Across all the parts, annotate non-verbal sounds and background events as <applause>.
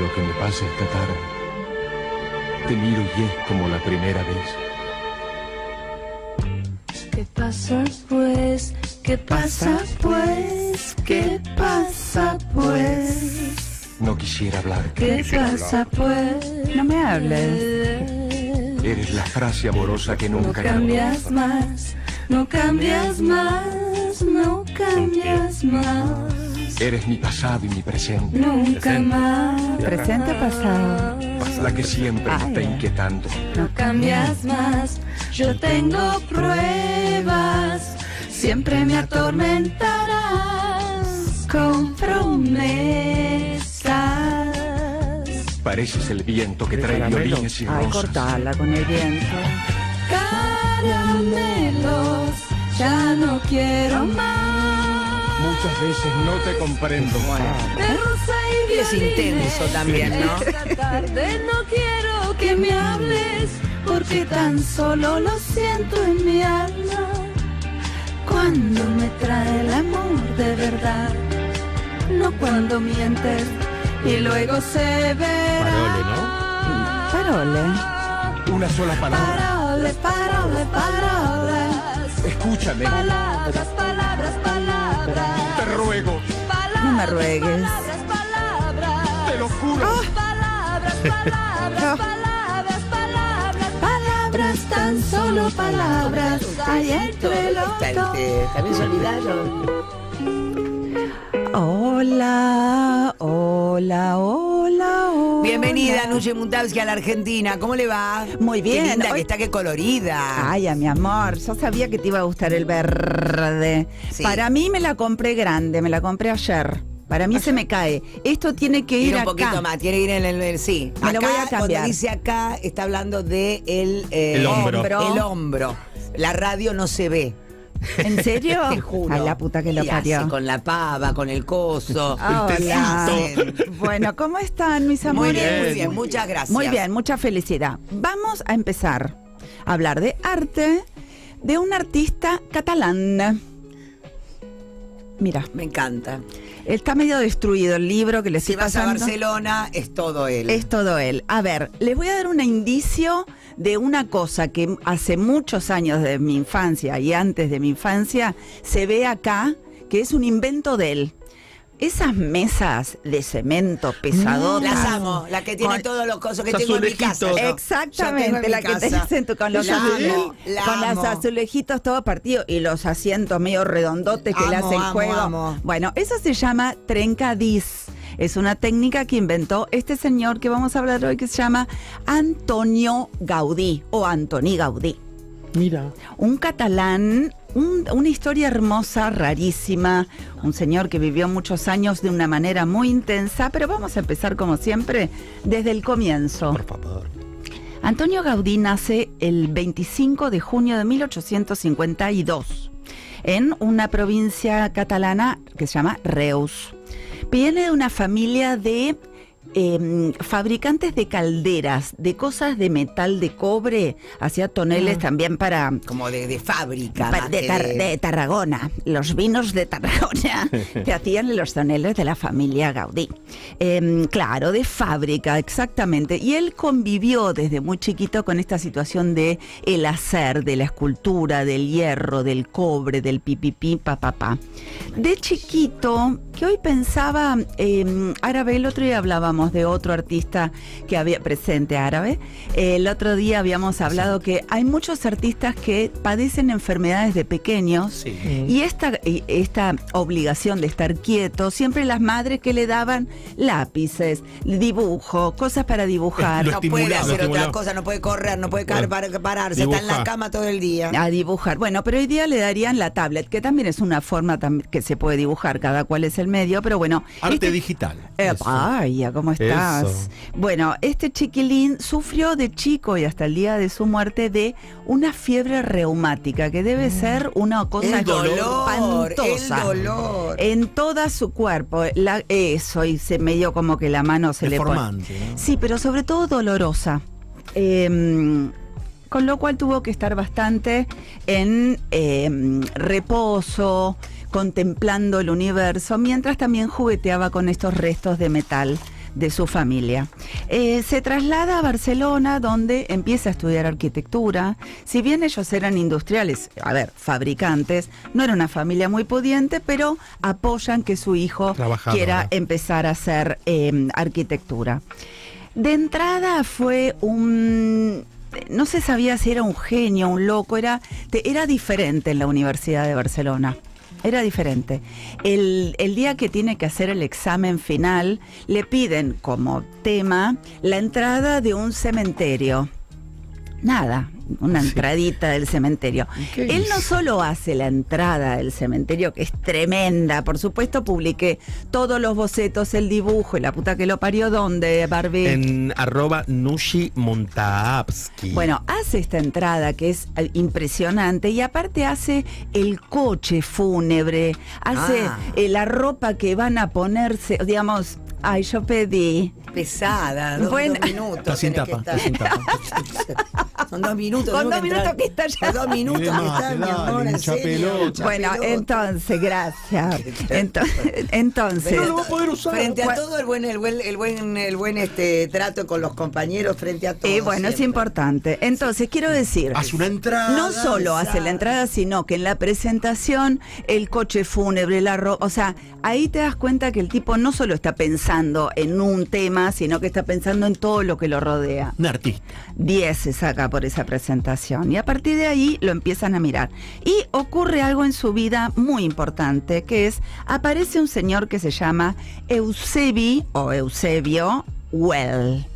lo que me pase esta tarde. Te miro y es como la primera vez. ¿Qué pasa pues? ¿Qué pasa pues? ¿Qué pasa pues? No quisiera hablar. ¿Qué pasa pues? No me hables. Eres la frase amorosa que pues? No nunca cambias más, no cambias más, no cambias más, Eres mi pasado y mi presente. nunca más. Presente, pasado. La que siempre me está inquietando. No cambias más, yo tengo pruebas, siempre me atormentarás con promesas. Pareces el viento que trae violines y Ay, rosas. cortala con el viento. Caramelos, ya no quiero más. Muchas veces no te comprendo. De rosa y Es violines. intenso también, ¿no? Esta tarde no quiero que me hables, porque tan solo lo siento en mi alma. Cuando me trae el amor de verdad, no cuando mientes y luego se verá. Parole. Una sola palabra. Paroles, paroles, paroles. Escúchame. Palabras, palabras, Te palabras. ruego. palabras No me ruegues. Palabras, palabras. Te lo juro. Ah. Palabras, palabras, palabras, palabras. Palabras, tan solo palabras. Hay entre los dos. También solidario. Hola, hola, hola, hola. Bienvenida, Nuche Muntavsky, a la Argentina. ¿Cómo le va? Muy bien. Qué linda Hoy- que está, qué colorida. Ay, a mi amor, yo sabía que te iba a gustar el verde. Sí. Para mí me la compré grande, me la compré ayer. Para mí se me cae. Esto tiene que ir, Tiene un acá. poquito más, tiene que ir en el... en- Sí. Me lo acá, voy a cambiar. Cuando dice acá, está hablando de el... eh, El hombro. Hombro. El hombro. La radio no se ve. ¿En serio? <laughs> Te juro. A Oh. la puta que lo Y hace parió. Ah, con la pava, con el <laughs> coso. Hola. tecito. Bueno, ¿cómo están mis Muy amores? bien, muy bien, muchas gracias. Muy bien, mucha felicidad. Vamos a empezar a hablar de arte de un artista catalán. Mira, Me encanta. está medio destruido el libro que les Si estoy vas a pasando. Barcelona, es todo él. Es todo él. A ver, les voy a dar un indicio de una cosa que hace muchos años de mi infancia y antes de mi infancia se ve acá, que es un invento de él. Esas mesas de cemento pesadotas. Las amo, la que tiene Con- todos los cosas que Esos tengo en mi casa. azulejitos. yo. Yo tengo Exactamente, en la mi que casa. tenés en tu con los La azule- amo, la con amo. los azulejitos todo partido y los asientos medio redondotes que le Amo, hacen amo, juego. amo. Bueno, eso se llama trencadís. Es una técnica que inventó este señor que vamos a hablar hoy que se llama Antonio Gaudí o Antoni Gaudí Mira. un catalán, un- una historia hermosa, rarísima, un señor que vivió muchos años de una manera muy intensa, pero vamos a empezar como siempre desde el comienzo. Por favor. Antonio Gaudí nace el 25 de junio de 1852 en una provincia catalana que se llama Reus. Viene de una familia de eh, fabricantes de calderas, de cosas de metal, de cobre, hacía toneles también para Como de, de fábrica. Pa- más de, que Tar- de Tarragona, los vinos de Tarragona <laughs> que hacían los toneles de la familia Gaudí. Em, claro, de fábrica, exactamente. Y él convivió desde muy chiquito con esta situación de el hacer, de la escultura, del hierro, del cobre, del pipipi, papá. De chiquito, que hoy pensaba, eh, árabe, el otro día hablábamos de otro artista que había presente árabe, Eh, el otro día habíamos hablado que hay muchos artistas que padecen enfermedades de pequeños y esta, y esta obligación de estar quieto, siempre las madres que le daban lápices, dibujo, cosas para dibujar. Lo No puede estimulaba, hacer lo otra estimulaba. cosa, no puede correr, no puede car- par- pararse, está en la Dibuja. cama todo el día. A dibujar. Bueno, pero hoy día le darían la tablet, que también es una forma tam- que se puede dibujar, cada cual es el medio, pero bueno. Arte este- digital. Eh, Eso. vaya, ¿cómo estás? Eso. Bueno, este chiquilín sufrió de chico y hasta el día de su muerte de una fiebre reumática, que debe Mm. ser una cosa el dolor, espantosa. el dolor. En todo su cuerpo, la- eso, y se medio como que la mano se Deformante, le pone. ¿no? Sí, pero sobre todo dolorosa. Em, con lo cual tuvo que estar bastante en em, reposo, contemplando el universo, mientras también jugueteaba con estos restos de metal de su familia. Eh, se traslada a Barcelona, donde empieza a estudiar arquitectura. Si bien ellos eran industriales, a ver, fabricantes, no era una familia muy pudiente, pero apoyan que su hijo Trabajadora. quiera empezar a hacer eh, arquitectura. De entrada fue un... No se sabía si era un genio, un loco, era, te- era diferente en la Universidad de Barcelona. Era diferente. El, el día que tiene que hacer el examen final, le piden como tema la entrada de un cementerio. Nada, una entradita del cementerio. ¿Qué Él no hizo? solo hace la entrada del cementerio, que es tremenda, por supuesto publiqué todos los bocetos, el dibujo y la puta que lo parió, ¿dónde, Barbie? En arroba Nushi Montaapsky. Bueno, hace esta entrada que es eh, impresionante y aparte hace el coche fúnebre, hace Ah. eh, la ropa que van a ponerse, digamos, ay, yo pedí. Pesada, dos, Bueno. dos minutos. Está sin tenés que tapa, está sin tapa. estar. Son dos minutos. Con tengo dos minutos entrar. que está ya. Con Dos minutos que Dale, está, mi dale, amor, en mucha serio. pelota. Bueno, Pelota. entonces, gracias. Ento- <laughs> Entonces, Frente va a poder usar. Frente a Bueno. todo el buen, el buen, el buen, el buen este trato con los compañeros, frente a todo. eh, bueno, es siempre. importante. Entonces, quiero decir... Haz una entrada. No solo hace la entrada, sino que en la presentación, el coche fúnebre, la ropa. O sea, ahí te das cuenta que el tipo no solo está pensando en un tema, sino que está pensando en todo lo que lo rodea. Un artista. 10 se saca por esa presentación y a partir de ahí lo empiezan a mirar. Y ocurre algo en su vida muy importante, que es, aparece un señor que se llama Eusebi o Eusebio Well.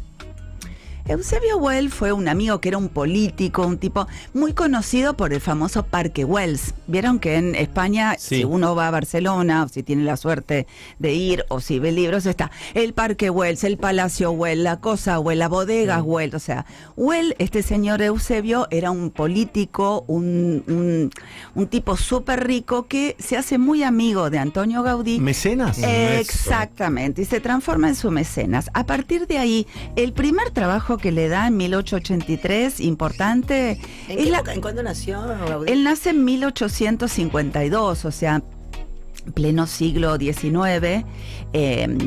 Eusebio Well fue un amigo que era un político, un tipo muy conocido por el famoso Parque Wells. Vieron que en España, Sí. si uno va a Barcelona, o si tiene la suerte de ir, o si ve libros, está el Parque Wells, el Palacio Wells, la Cosa Wells, la Bodega Wells. O sea, Well, este señor Eusebio, era un político, un, un- un tipo súper rico que se hace muy amigo de Antonio Gaudí. ¿Mecenas? Exactamente, y se transforma en su mecenas. A partir de ahí, el primer trabajo que le da en 1883, importante, es ¿En, qué la- época- en cuándo nació Gaudí? él nace en 1852, o sea, pleno siglo XIX. eh,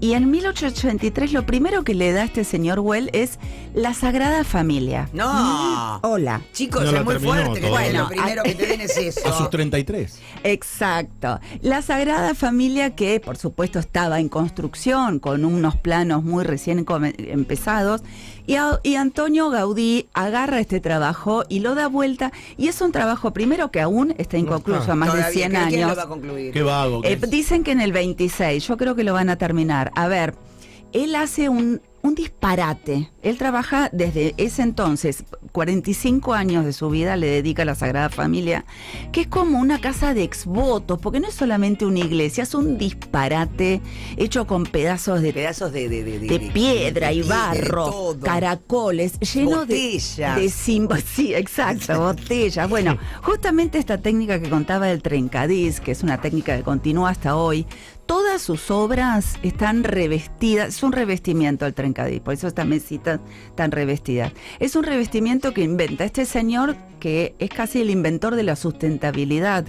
y en 1883 lo primero que le da a este señor Well es la Sagrada Familia. No. Hola. Chicos, No es lo muy terminó fuerte. Que todavía. bueno, lo Bueno, primero que te <laughs> den es eso. A sus 33. Exacto. La Sagrada Familia que, por supuesto, estaba en construcción con unos planos muy recién come- empezados. Y, a- y Antonio Gaudí agarra este trabajo y lo da vuelta. Y es un trabajo, primero, que aún está inconcluso, a más Todavía, de 100 ¿quién- ¿Quién lo años. va a concluir? Qué vago. que Eh, <laughs> es. dicen que en el 26, yo creo que lo van a terminar. A ver, él hace un, un disparate. Él trabaja desde ese entonces, 45 años de su vida le dedica a la Sagrada Familia, que es como una casa de exvotos, porque no es solamente una iglesia, es un disparate hecho con pedazos de, Pedazos de, de, de, de piedra y de- de barro, todo. caracoles, lleno de- Botellas. de símbolos. <laughs> Sí, exacto, botellas. Bueno, justamente esta técnica que contaba el trencadís, que es una técnica que continúa hasta hoy, todas sus obras están revestidas, es un revestimiento el trencadís, por eso estas mesitas tan revestidas. Es un revestimiento que inventa este señor que es casi el inventor de la sustentabilidad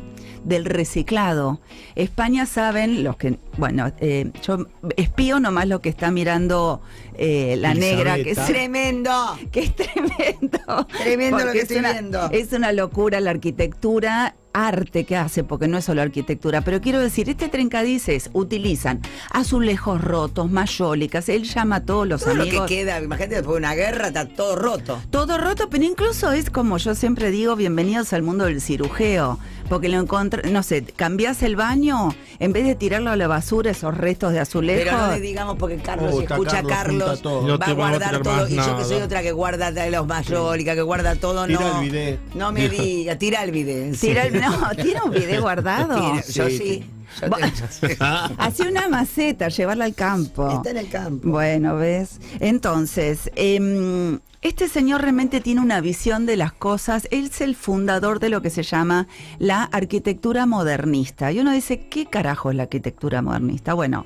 del reciclado. España saben los que, bueno, eh, yo espío nomás lo que está mirando eh, la negra, que es Elisabetta. Tremendo. <laughs> que es tremendo. Tremendo lo Porque que es estoy una- viendo. Es una locura la arquitectura, arte que hace, porque no es solo arquitectura. Pero quiero decir, este trencadices utilizan azulejos rotos, mayólicas, él llama a todos los Todo lo amigos. que queda, imagínate, después de una guerra está todo roto. Todo roto, pero incluso es como yo siempre digo, bienvenidos al mundo del cirujeo, porque lo encontré, no sé, cambiás el baño, en vez de tirarlo a la basura esos restos de azulejos. Pero no le digamos porque Carlos, Oh, si está escucha a Carlos, Carlos, junta todo. No va te a vamos a guardar tirar todo. más Y yo que soy nada. otra que guarda de los mayólicas, que guarda todo, Tira no. el bidet. No me diga, tira el bidet. sí. Tira el- <laughs> no, tiene un video guardado. Tira, yo Sí, sí. yo Va- te- Ah, Hacía una maceta, llevarla al campo. Está en el campo. Bueno, ¿ves? Entonces, em, este señor realmente tiene una visión de las cosas. Él es el fundador de lo que se llama la arquitectura modernista. Y uno dice, ¿qué carajo es la arquitectura modernista? Bueno,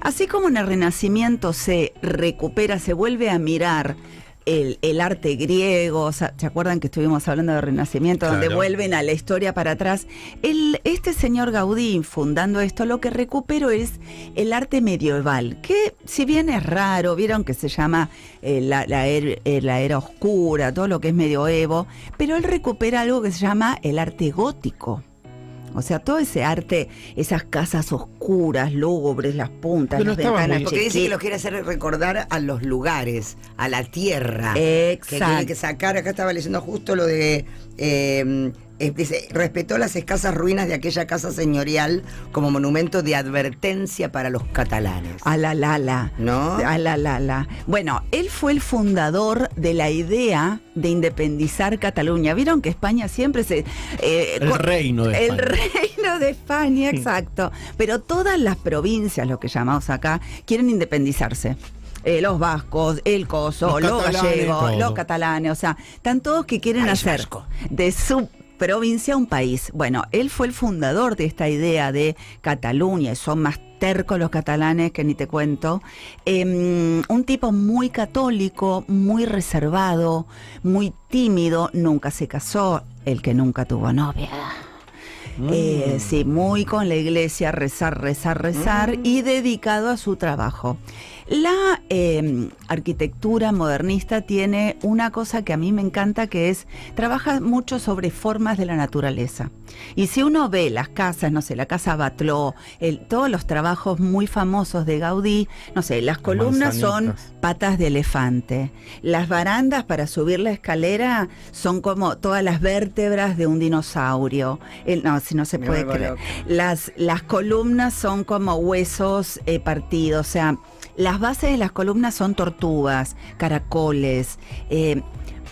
así como en el Renacimiento se recupera, se vuelve a mirar el, el arte griego, o sea, ¿se acuerdan que estuvimos hablando de Renacimiento, donde Claro. vuelven a la historia para atrás? El, este señor Gaudí, fundando esto, lo que recupero es el arte medieval, que si bien es raro, vieron que se llama eh, la, la er- eh, la era oscura, todo lo que es medioevo, pero él recupera algo que se llama el arte gótico. O sea, todo ese arte, esas casas oscuras, lúgubres, las puntas, Pero las estaba ventanas muy- Porque dice que chiquitas. los quiere hacer recordar a los lugares, a la tierra. Que tiene que Exacto. sacar, acá estaba leyendo justo lo de. eh, eh, dice, respetó las escasas ruinas de aquella casa señorial como monumento de advertencia para los catalanes. A la la la. ¿No? A la la la. Bueno, él fue el fundador de la idea de independizar Cataluña. Vieron que España siempre se. eh, El con- reino de El España. Mm. reino de España, exacto. Pero todas las provincias, lo que llamamos acá, quieren independizarse. Eh, los vascos, el coso, Los los, catalanes, gallegos, todo. los catalanes, o sea, están todos que quieren País hacer vasco. de su provincia un país. Bueno, él fue el fundador de esta idea de Cataluña, y son más tercos los catalanes que ni te cuento. Em, un tipo muy católico, muy reservado, muy tímido, nunca se casó, el que nunca tuvo novia. Eh, sí, muy con la iglesia, rezar, rezar, rezar y dedicado a su trabajo. La eh, arquitectura modernista tiene una cosa que a mí me encanta que es, trabaja mucho sobre formas de la naturaleza. Y si uno ve las casas, no sé, la casa Batló, el- todos los trabajos muy famosos de Gaudí, no sé, las columnas son manzanitas. patas de elefante. Las barandas para subir la escalera son como todas las vértebras de un dinosaurio. El- no, si no se Me puede vuelvo creer. loca. Las, las columnas son como huesos eh, partidos, o sea, las bases de las columnas son tortugas, caracoles. eh,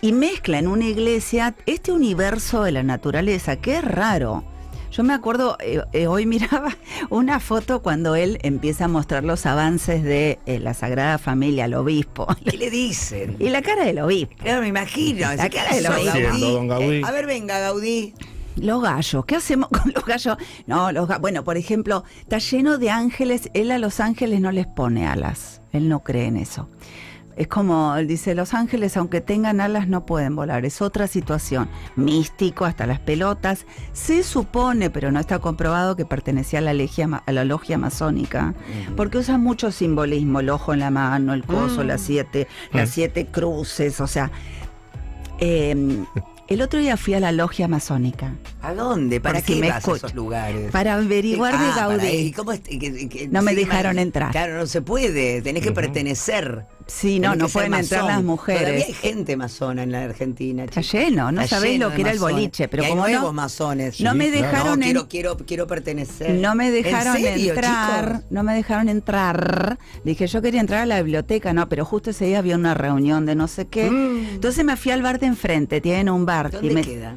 y mezcla en una iglesia este universo de la naturaleza, que es raro. Yo me acuerdo, eh, eh, hoy <laughs> miraba una foto cuando él empieza a mostrar los avances de eh, la Sagrada Familia, al obispo. ¿Qué le dicen? Y la cara del obispo. Claro, me imagino. La ¿qué cara de pasó, lo mismo. Siendo don Gaudí. Eh, a ver, venga, Gaudí. Los gallos, ¿qué hacemos <laughs> con los gallos? No, los gallos, bueno, por ejemplo, está lleno de ángeles, él a los ángeles no les pone alas, él no cree en eso. Es como, él dice, los ángeles aunque tengan alas no pueden volar, es otra situación. Místico hasta las pelotas, se supone, pero no está comprobado que pertenecía a la, legia ma- a la logia masónica, porque usa mucho simbolismo, el ojo en la mano, el coso, las siete, las siete cruces, o sea... eh, el otro día fui a la logia masónica ¿A dónde? ¿Para Por si qué me vas a esos escucha. lugares? para averiguar de Ah, para Gaudí. ahí. ¿Cómo es? ¿Qué- qué- No me sí, dejaron Mari? entrar. Claro, no se puede. Tenés que pertenecer. Sí, Tenés no, que no ser pueden entrar masón. las Todavía hay mujeres. gente masona en la Argentina. Está chicos. lleno, no Está sabés lleno lo de que era el masones. boliche, pero Y hay como nuevos no, masones. no me Sí, claro. dejaron No, en- quiero, quiero, quiero pertenecer. no me ¿En dejaron serio, entrar, chicos? no me dejaron entrar. Dije, yo quería entrar a la biblioteca, no, pero justo ese día había una reunión de no sé qué. Entonces me fui al bar de enfrente, tienen un bar. Mm. ¿Dónde y me- queda?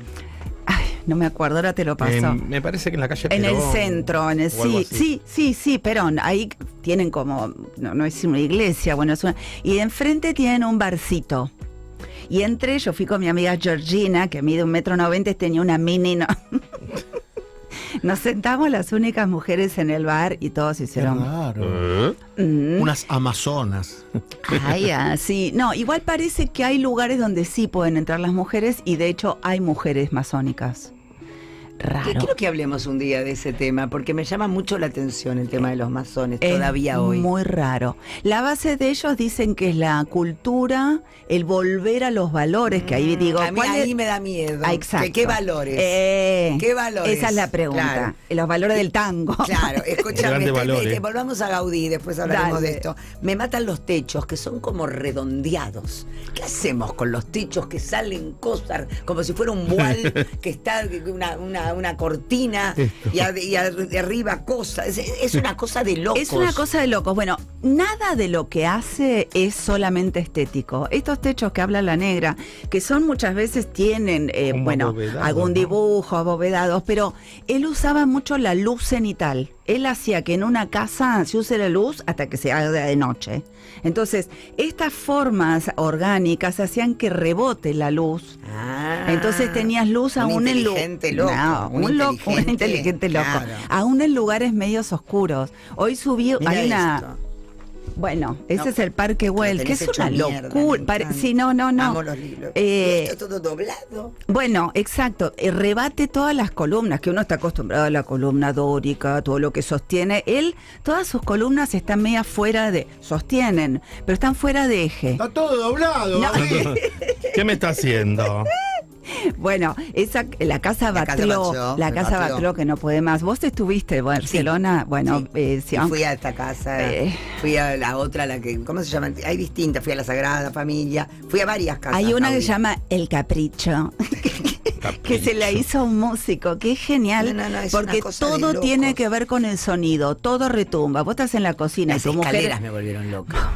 Ay, no me acuerdo, ahora te lo paso. Eh, me parece que en la calle En el Perón, centro, en el o algo sí, así. sí, sí, sí, Perón. Ahí tienen como, no, no es una iglesia, bueno, es una. Y de enfrente tienen un barcito. Y entre yo fui con mi amiga Georgina, que mide un metro noventa y tenía una mini. No. <laughs> Nos sentamos las únicas mujeres en el bar y todos hicieron. ¿Eh? "Mm". Unas amazonas. <laughs> Ay, ah, sí. No, igual parece que hay lugares donde sí pueden entrar las mujeres y de hecho hay mujeres masónicas. Raro. Que Quiero que hablemos un día de ese tema, porque me llama mucho la atención el tema de los masones Es todavía hoy. Muy raro. La base de ellos dicen que es la cultura, el volver a los valores, que ahí digo, Mm. a mí ¿cuál ahí es? me da miedo. Ah, que exacto. ¿Qué valores? Eh, <laughs> ¿Qué valores? Esa es la pregunta. Claro. Los valores del tango. <laughs> Claro, escúchame, Grandes estoy- valores. este, volvamos a Gaudí, después hablaremos Dale. de esto. Me matan los techos, que son como redondeados. ¿Qué hacemos con los techos que salen cosas, como si fuera <laughs> un mual, que está una, una- una cortina y, ar- y ar- y arriba cosas? Es, es una cosa de locos. Es una cosa de locos. Bueno, nada de lo que hace es solamente estético. Estos techos que habla la negra, que son muchas veces tienen, eh, Como bueno, abovedados, algún ¿no? dibujo, abovedados, pero él usaba mucho la luz cenital. Él hacía que en una casa se use la luz hasta que se haga de noche. Entonces, estas formas orgánicas hacían que rebote la luz. Ah, Entonces tenías luz un aún en lu- inteligente loco, No, un, loco, un inteligente loco. Ah, claro. Aún en lugares medios oscuros. Hoy subí, Mira hay una esto. Bueno, ese No, es el Parque Güell, Lo que es tenés una hecho mierda, locura. me Pare- encanta. Sí, no, no, no. Amo los libros. Eh, Y esto todo doblado. Bueno, exacto. eh, Rebate todas las columnas, que uno está acostumbrado a la columna dórica, todo lo que sostiene. Él, todas sus columnas están media fuera de. sostienen, pero están fuera de eje. Está todo doblado. No. Gabriel. <laughs> ¿Qué me está haciendo? Bueno, esa, la Casa La Casa Batró, Batlló, la Casa Batlló. Batró que no puede más. Vos estuviste en Barcelona, bueno, Sí. eh, sí, Y aunque- fui a esta casa, Eh. fui a la otra, la que, ¿cómo se llama? Hay distintas, fui a la Sagrada Familia, fui a varias casas. Hay una que Gaby. se llama El Capricho, <laughs> que se la hizo un músico, que es genial, No, no, no, es una porque cosa de todo tiene locos. que ver con el sonido, todo retumba. Vos estás en la cocina Las y tu mujer- escaleras me volvieron loca.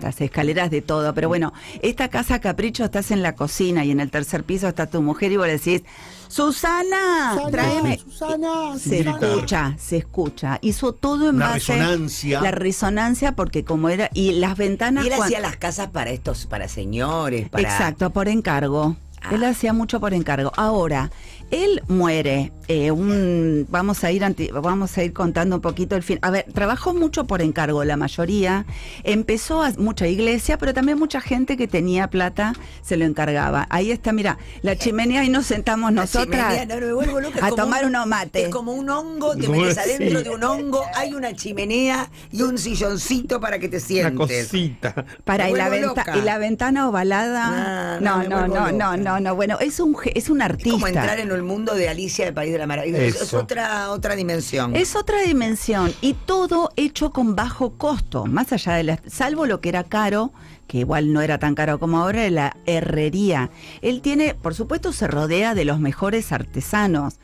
las escaleras de todo, pero bueno, esta casa Capricho estás en la cocina y en el tercer piso está tu mujer y vos le decís, Susana, Susana, tráeme. Susana, Se Susana. escucha, se escucha. Hizo todo en Una base resonancia. la resonancia porque como era y las ventanas Y él cuan- hacía las casas para estos, para señores, para. Exacto, por encargo. Ah. Él hacía mucho por encargo. Ahora, él muere. eh, un, vamos a ir anti- vamos a ir contando un poquito el fin. A ver, trabajó mucho por encargo, la mayoría. Empezó a mucha iglesia, pero también mucha gente que tenía plata se lo encargaba. Ahí está, mira, la chimenea y nos sentamos Así, nosotras me- no, no, me vuelvo loca, es a como tomar un- unos mates. Es como un hongo, te Bueno, metes adentro sí. de un hongo, hay una chimenea y un silloncito para que te Una sientes. cosita. Para Me y la, vuelvo venta- loca. Ah, y la ventana ovalada. No, No, no, no, me no, vuelvo no, loca. no, no. Bueno, es un ge- es un artista. Es como entrar en el mundo de Alicia del País de la Maravilla. Es- Es Eso. otra, otra dimensión. Es otra dimensión y todo hecho con bajo costo, más allá de las, salvo lo que era caro, que igual no era tan caro como ahora, la herrería. Él tiene, por supuesto, se rodea de los mejores artesanos,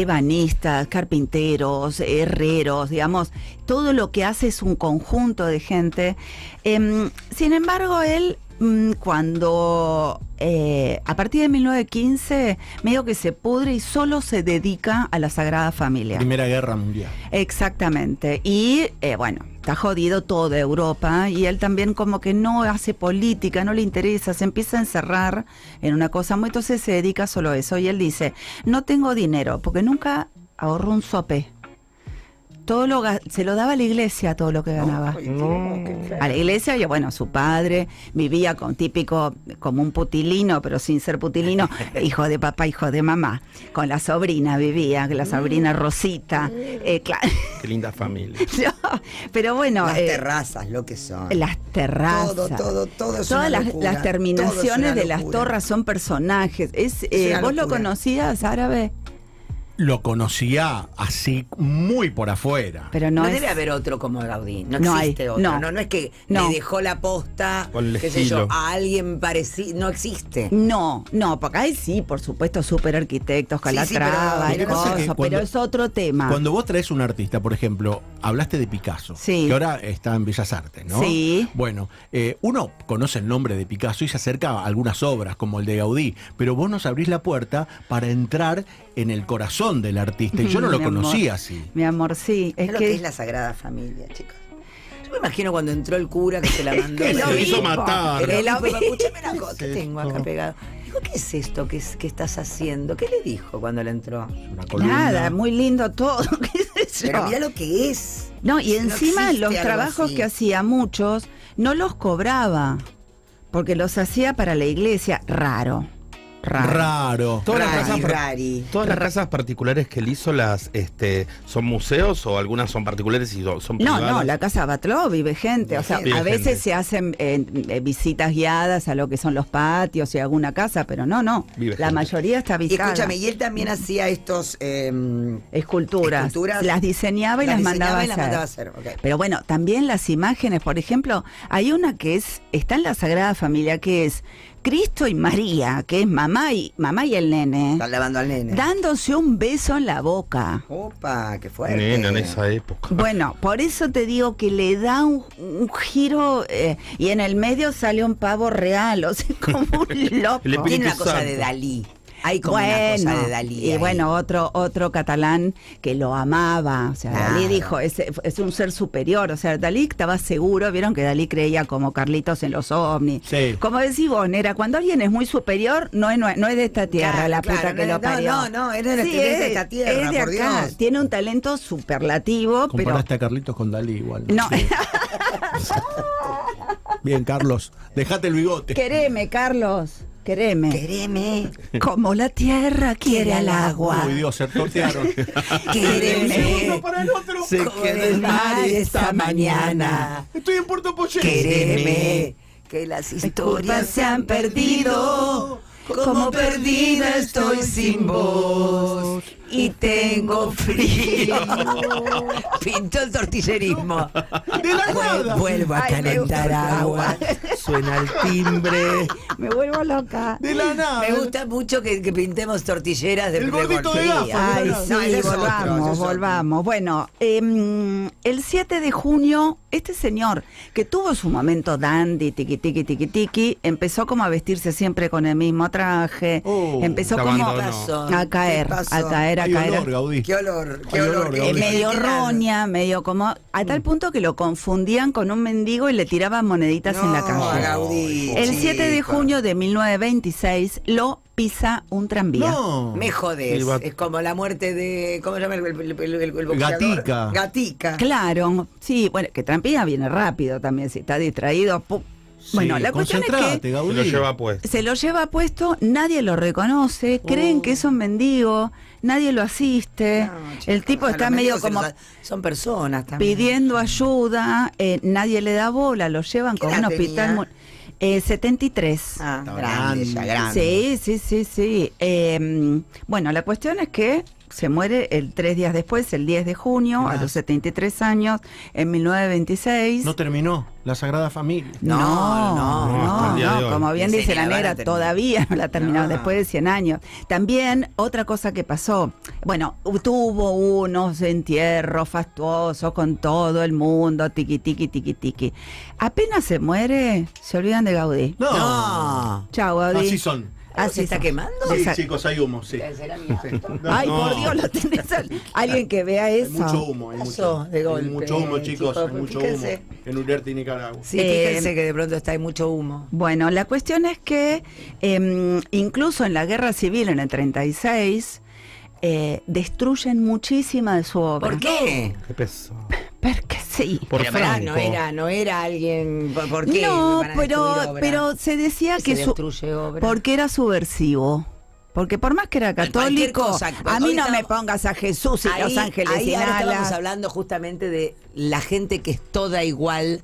ebanistas, carpinteros, herreros, digamos, todo lo que hace es un conjunto de gente. Em, sin embargo, él mm, cuando eh, a partir de 1915 medio que se pudre y solo se dedica a la Sagrada Familia. Primera Guerra Mundial. Exactamente. Y eh, bueno, está jodido toda Europa y él también como que no hace política, no le interesa, se empieza a encerrar en una cosa muy, entonces se dedica solo a eso. Y él dice, no tengo dinero porque nunca ahorró un sope. Todo lo ga- se lo daba a la iglesia todo lo que Oh. ganaba. A la iglesia y bueno, su padre vivía con típico, como un putilino, pero sin <laughs> ser putilino, hijo de papá, hijo de mamá. Con la sobrina vivía, Mm. la sobrina Rosita. eh, <laughs> claro. Qué linda <laughs> familia. No, pero bueno, Las eh, terrazas, lo que son. las terrazas. Todo, todo, todo es Todas una las, locura. las terminaciones Todo es una de las locura. torres son personajes. Es, eh, una ¿Vos lo locura. conocías, árabe? Lo conocía así muy por afuera. Pero no, No, es. debe haber otro como Gaudí, no, No existe hay, otro. no. No. no, es que No. le dejó la posta, Con el qué sé yo, estilo. a alguien parecido, no existe. No, no, porque ahí sí, por supuesto, súper arquitectos, Sí, sí, pero Calatrava, lo y que pasa es cosas, que pero, cuando- es otro tema. Cuando vos traes un artista, por ejemplo, hablaste de Picasso, Sí. que ahora está en Bellas Artes, ¿no? Sí. Bueno, eh, uno conoce el nombre de Picasso y se acerca a algunas obras, como el de Gaudí, pero vos nos abrís la puerta para entrar en el corazón del artista. Y yo no lo Mi Mm, amor. conocía así. Mi amor, sí. Es Es lo que, que es la Sagrada Familia, chicos. Yo me imagino cuando entró el cura que se <laughs> la mandó. que Pero lo tipo, hizo matar. pero Es lo tipo, mismo. escúchame una cosa que tengo acá pegado. Digo, ¿qué es esto que, es- que estás haciendo? ¿Qué le dijo cuando le entró? Una columna. nada, muy lindo todo. <laughs> qué sé Pero yo. mira lo que es. No, y encima existe los algo trabajos así. que hacía muchos no los cobraba, porque los hacía para la iglesia. Raro. Raro. Raro. Todas las Rari, casas par- rari. Todas las casas particulares que él hizo, las, este, ¿son museos o algunas son particulares y do- son No, privadas? no, la casa Batló vive gente, o sea, Vive a veces gente. se hacen eh, eh, visitas guiadas a lo que son los patios y alguna casa, pero no, no, Vive la gente. mayoría está Y visitada. escúchame, y él también hacía estos. em, Esculturas, Esculturas. las diseñaba y las, Ah, mandaba, diseñaba a y las hacer. mandaba a hacer. ok. Pero bueno, también las imágenes, por ejemplo, hay una que es está en la Sagrada Familia que es Cristo y María, que es mamá y mamá y el nene, Están lavando al nene. dándose un beso en la <laughs> boca. Opa, qué fuerte. Nena, en esa época. Bueno, por eso te digo que le da un, un giro eh, y en el medio sale un pavo real, o sea, <laughs> como un El loco. espíritu- Tiene una cosa Santo. de Dalí. Hay como una Bueno, cosa de Dalí. y ahí. bueno, otro, otro catalán que lo amaba. O sea, Dalí Claro. dijo, es, es un ser superior. O sea, Dalí estaba seguro, vieron que Dalí creía como Carlitos en los ovnis. Sí. Como decís vos, Nera, cuando alguien es muy superior, no es, nue- no es de esta tierra, Claro, la claro, puta que no, lo no, parió. no, no, es de la- es de esta tierra, es de por acá. Dios. Tiene un talento superlativo, pero... Comparaste a Carlitos con Dalí igual. No. <laughs> Bien, Carlos, dejate el bigote. Quereme, Carlos. Quereme. Quereme, Como la tierra quiere al agua. Uy, Dios, <laughs> se tortearon. quereme. para el otro. Se quedó el mar esta mañana. Estoy en Puerto Poche. Quereme, que las historias se han perdido. Como perdida estoy sin voz y tengo frío. <laughs> Pintó el tortillerismo. Vuel- Vuelvo a Ay, me gusta calentar el agua. agua. Suena el timbre. Me vuelvo loca. De la nada. Me gusta mucho que, que pintemos tortilleras de El primer gordito golpe. de gafas, Sí, mirá Ay, No, sí, ese es otro, ese volvamos, es otro. volvamos. Bueno, em, el 7 de junio, este señor que tuvo su momento dandy, tiqui tiqui tiqui tiqui, empezó como a vestirse siempre con el mismo traje, Oh, empezó te como abandonó. a caer, ¿Qué a pasó? caer, a Hay caer. olor, Gaudí. Qué olor, qué Hay olor. olor, qué Gaudí. Eh, olor. medio Qué nada. roña, medio como a Mm. tal punto que lo confundían con un mendigo y le tiraban moneditas en la No, calle. Gaudí, El 7 de chico. junio de 1926 lo pisa un tranvía. No. Me jodés. Iba- Es como la muerte de. ¿Cómo se llama el, el, el- el- el- el boxeador? Gatica. Gatica. Claro, sí, bueno, que tranvía viene rápido también, si está distraído. pu- Sí, Bueno, la cuestión es concentrate, que Se Gaudí. lo lleva puesto. se lo lleva puesto, nadie lo reconoce, Oh. creen que es un mendigo, nadie lo asiste, No, chico, el tipo a está los medio médicos se como los da- Son personas también. pidiendo ayuda, eh, nadie le da bola, lo llevan ¿Qué con edad un hospital... tenía? mu- eh, 73. Ah, Está grande, ya grande. grande. Sí, sí, sí, sí. Eh, bueno, la cuestión es que se muere el tres días después, el 10 de junio, a Ah. los 73 años, en 1926. No terminó la Sagrada Familia. No, No, no, no, no, hasta el día no, de hoy. como bien Ni dice la señalar negra, la terminó. todavía no la ha terminado No. después de 100 años. También otra cosa que pasó, bueno, tuvo unos entierros fastuosos con todo el mundo, tiqui tiqui tiqui tiqui. Apenas se muere, se olvidan de Gaudí. No. No. Chao, Gaudí. Así son. Así ¿Se está son. quemando? Sí, Esa- chicos, hay humo, sí. ¿Será mi auto? Ay, No. por Dios, lo tenés <laughs> al- alguien que vea Hay eso. mucho humo, hay mucho, Pasó de hay golpe, mucho humo, chicos, chicos, hay mucho fíjense. humo en Urerte y Nicaragua. Sí, Eh, fíjense que de pronto está hay mucho humo. Bueno, la cuestión es que em, incluso en la guerra civil en el 36 eh, destruyen muchísima de su obra. ¿Por qué? Qué peso. Porque sí. Por Pero pará, Franco. no era, no era alguien. ¿Por, por qué? No, van a destruir pero, obra? pero se decía se que su- destruye obra. porque era subversivo. Porque por más que era cualquier católico, cosa. a mí Hoy no me estamos- pongas a Jesús y los ángeles ahí sin ahora estábamos alas. hablando justamente de la gente que es toda igual.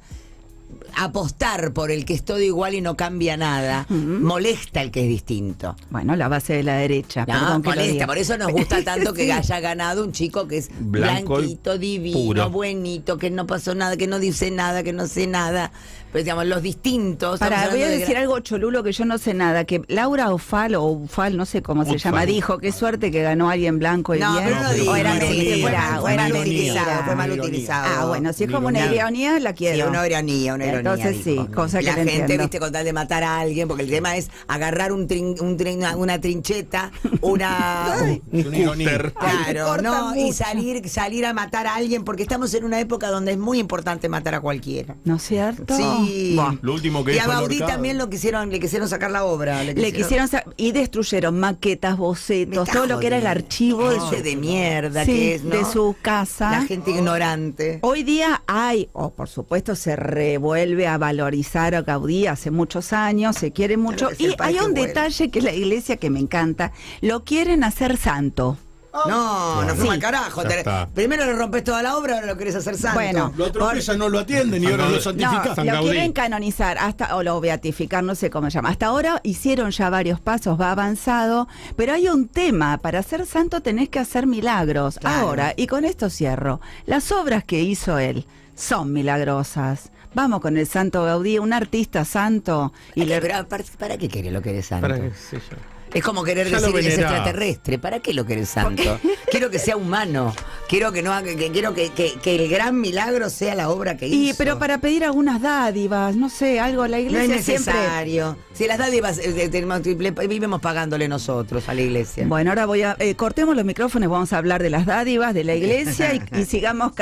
Apostar por el que es todo igual y no cambia nada molesta al que es distinto. Bueno, la base de la derecha. No, Ah, perdón que lo molesta, diga. por eso <laughs> nos gusta tanto que haya ganado un chico que es Blanco y blanquito, divino, puro. buenito, que no pasó nada, que no dice nada, que no sé nada. Pero digamos, los distintos. estamos Para, voy hablando a de decir gran- algo cholulo que yo no sé nada, que Laura Ofal, o Ufal, no sé cómo se Ufal. llama, dijo, qué suerte que ganó alguien blanco y No, bien. pero no o digo, era no, sí, fue mentira, mal- o fue era mal utilizado, mentira. fue mal Una ironía. utilizado. Ah, bueno, si es como una ironía, la quiero. Sí, una ironía, una ironía. Entonces dijo. sí, cosa que La te gente, entiendo. viste, con tal de matar a alguien, porque el tema es agarrar un trin- un trin- una, una trincheta, <laughs> una... Es una ironía. cúter. Claro, Corta no, y mucho. salir, salir a matar a alguien, porque estamos en una época donde es muy importante matar a cualquiera. ¿No es cierto? Sí. Buah. Lo último que y a dijo el Baudí ahorcado. también lo quisieron, le quisieron sacar la obra. Le quisieron sa- y destruyeron maquetas, Me bocetos, está todo lo que era el jodiendo. archivo de Gente su, de mierda Sí, que es, ¿no? de su Oh. casa. La gente ignorante. Hoy día hay, o por supuesto se revuelve a valorizar a Gaudí hace muchos años, se quiere mucho. que es el Y hay parque un bueno. detalle que la iglesia que me encanta, lo quieren hacer santo. No, no Bueno. fue mal Sí. carajo. Ya Te- está. primero le rompes toda la obra, ahora lo querés hacer santo. Bueno. Lo atropellan, no lo atienden y ahora No, lo no, No, santifican. San lo Gaudí. quieren canonizar hasta o lo beatificar, no sé cómo se llama. Hasta ahora hicieron ya varios pasos, va avanzado, pero hay un tema, para ser santo tenés que hacer milagros. Claro. Ahora, y con esto cierro. Las obras que hizo él son milagrosas. Vamos con el santo Gaudí, un artista santo y Y le pero aparte, ¿para qué querés lo querés santo? Para qué sé yo. Es como querer Ya lo decir que es venerás. extraterrestre. ¿Para qué lo querés santo? Quiero que sea humano. Quiero que no haga- que, quiero que, que- que el gran milagro sea la obra que Y hizo. pero para pedir algunas dádivas, no sé, algo la No es iglesia siempre. necesario. Si las dádivas eh, de- tenemos triple- vivimos pagándole nosotros a la iglesia. Bueno, ahora voy a eh, cortemos los micrófonos, vamos a hablar de las dádivas de la iglesia <laughs> y, y sigamos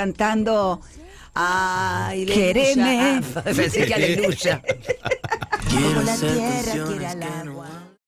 cantando. Ay, Quereme. Ah, <laughs> aleluya. Pensé que aleluya. Como la tierra quiere al agua.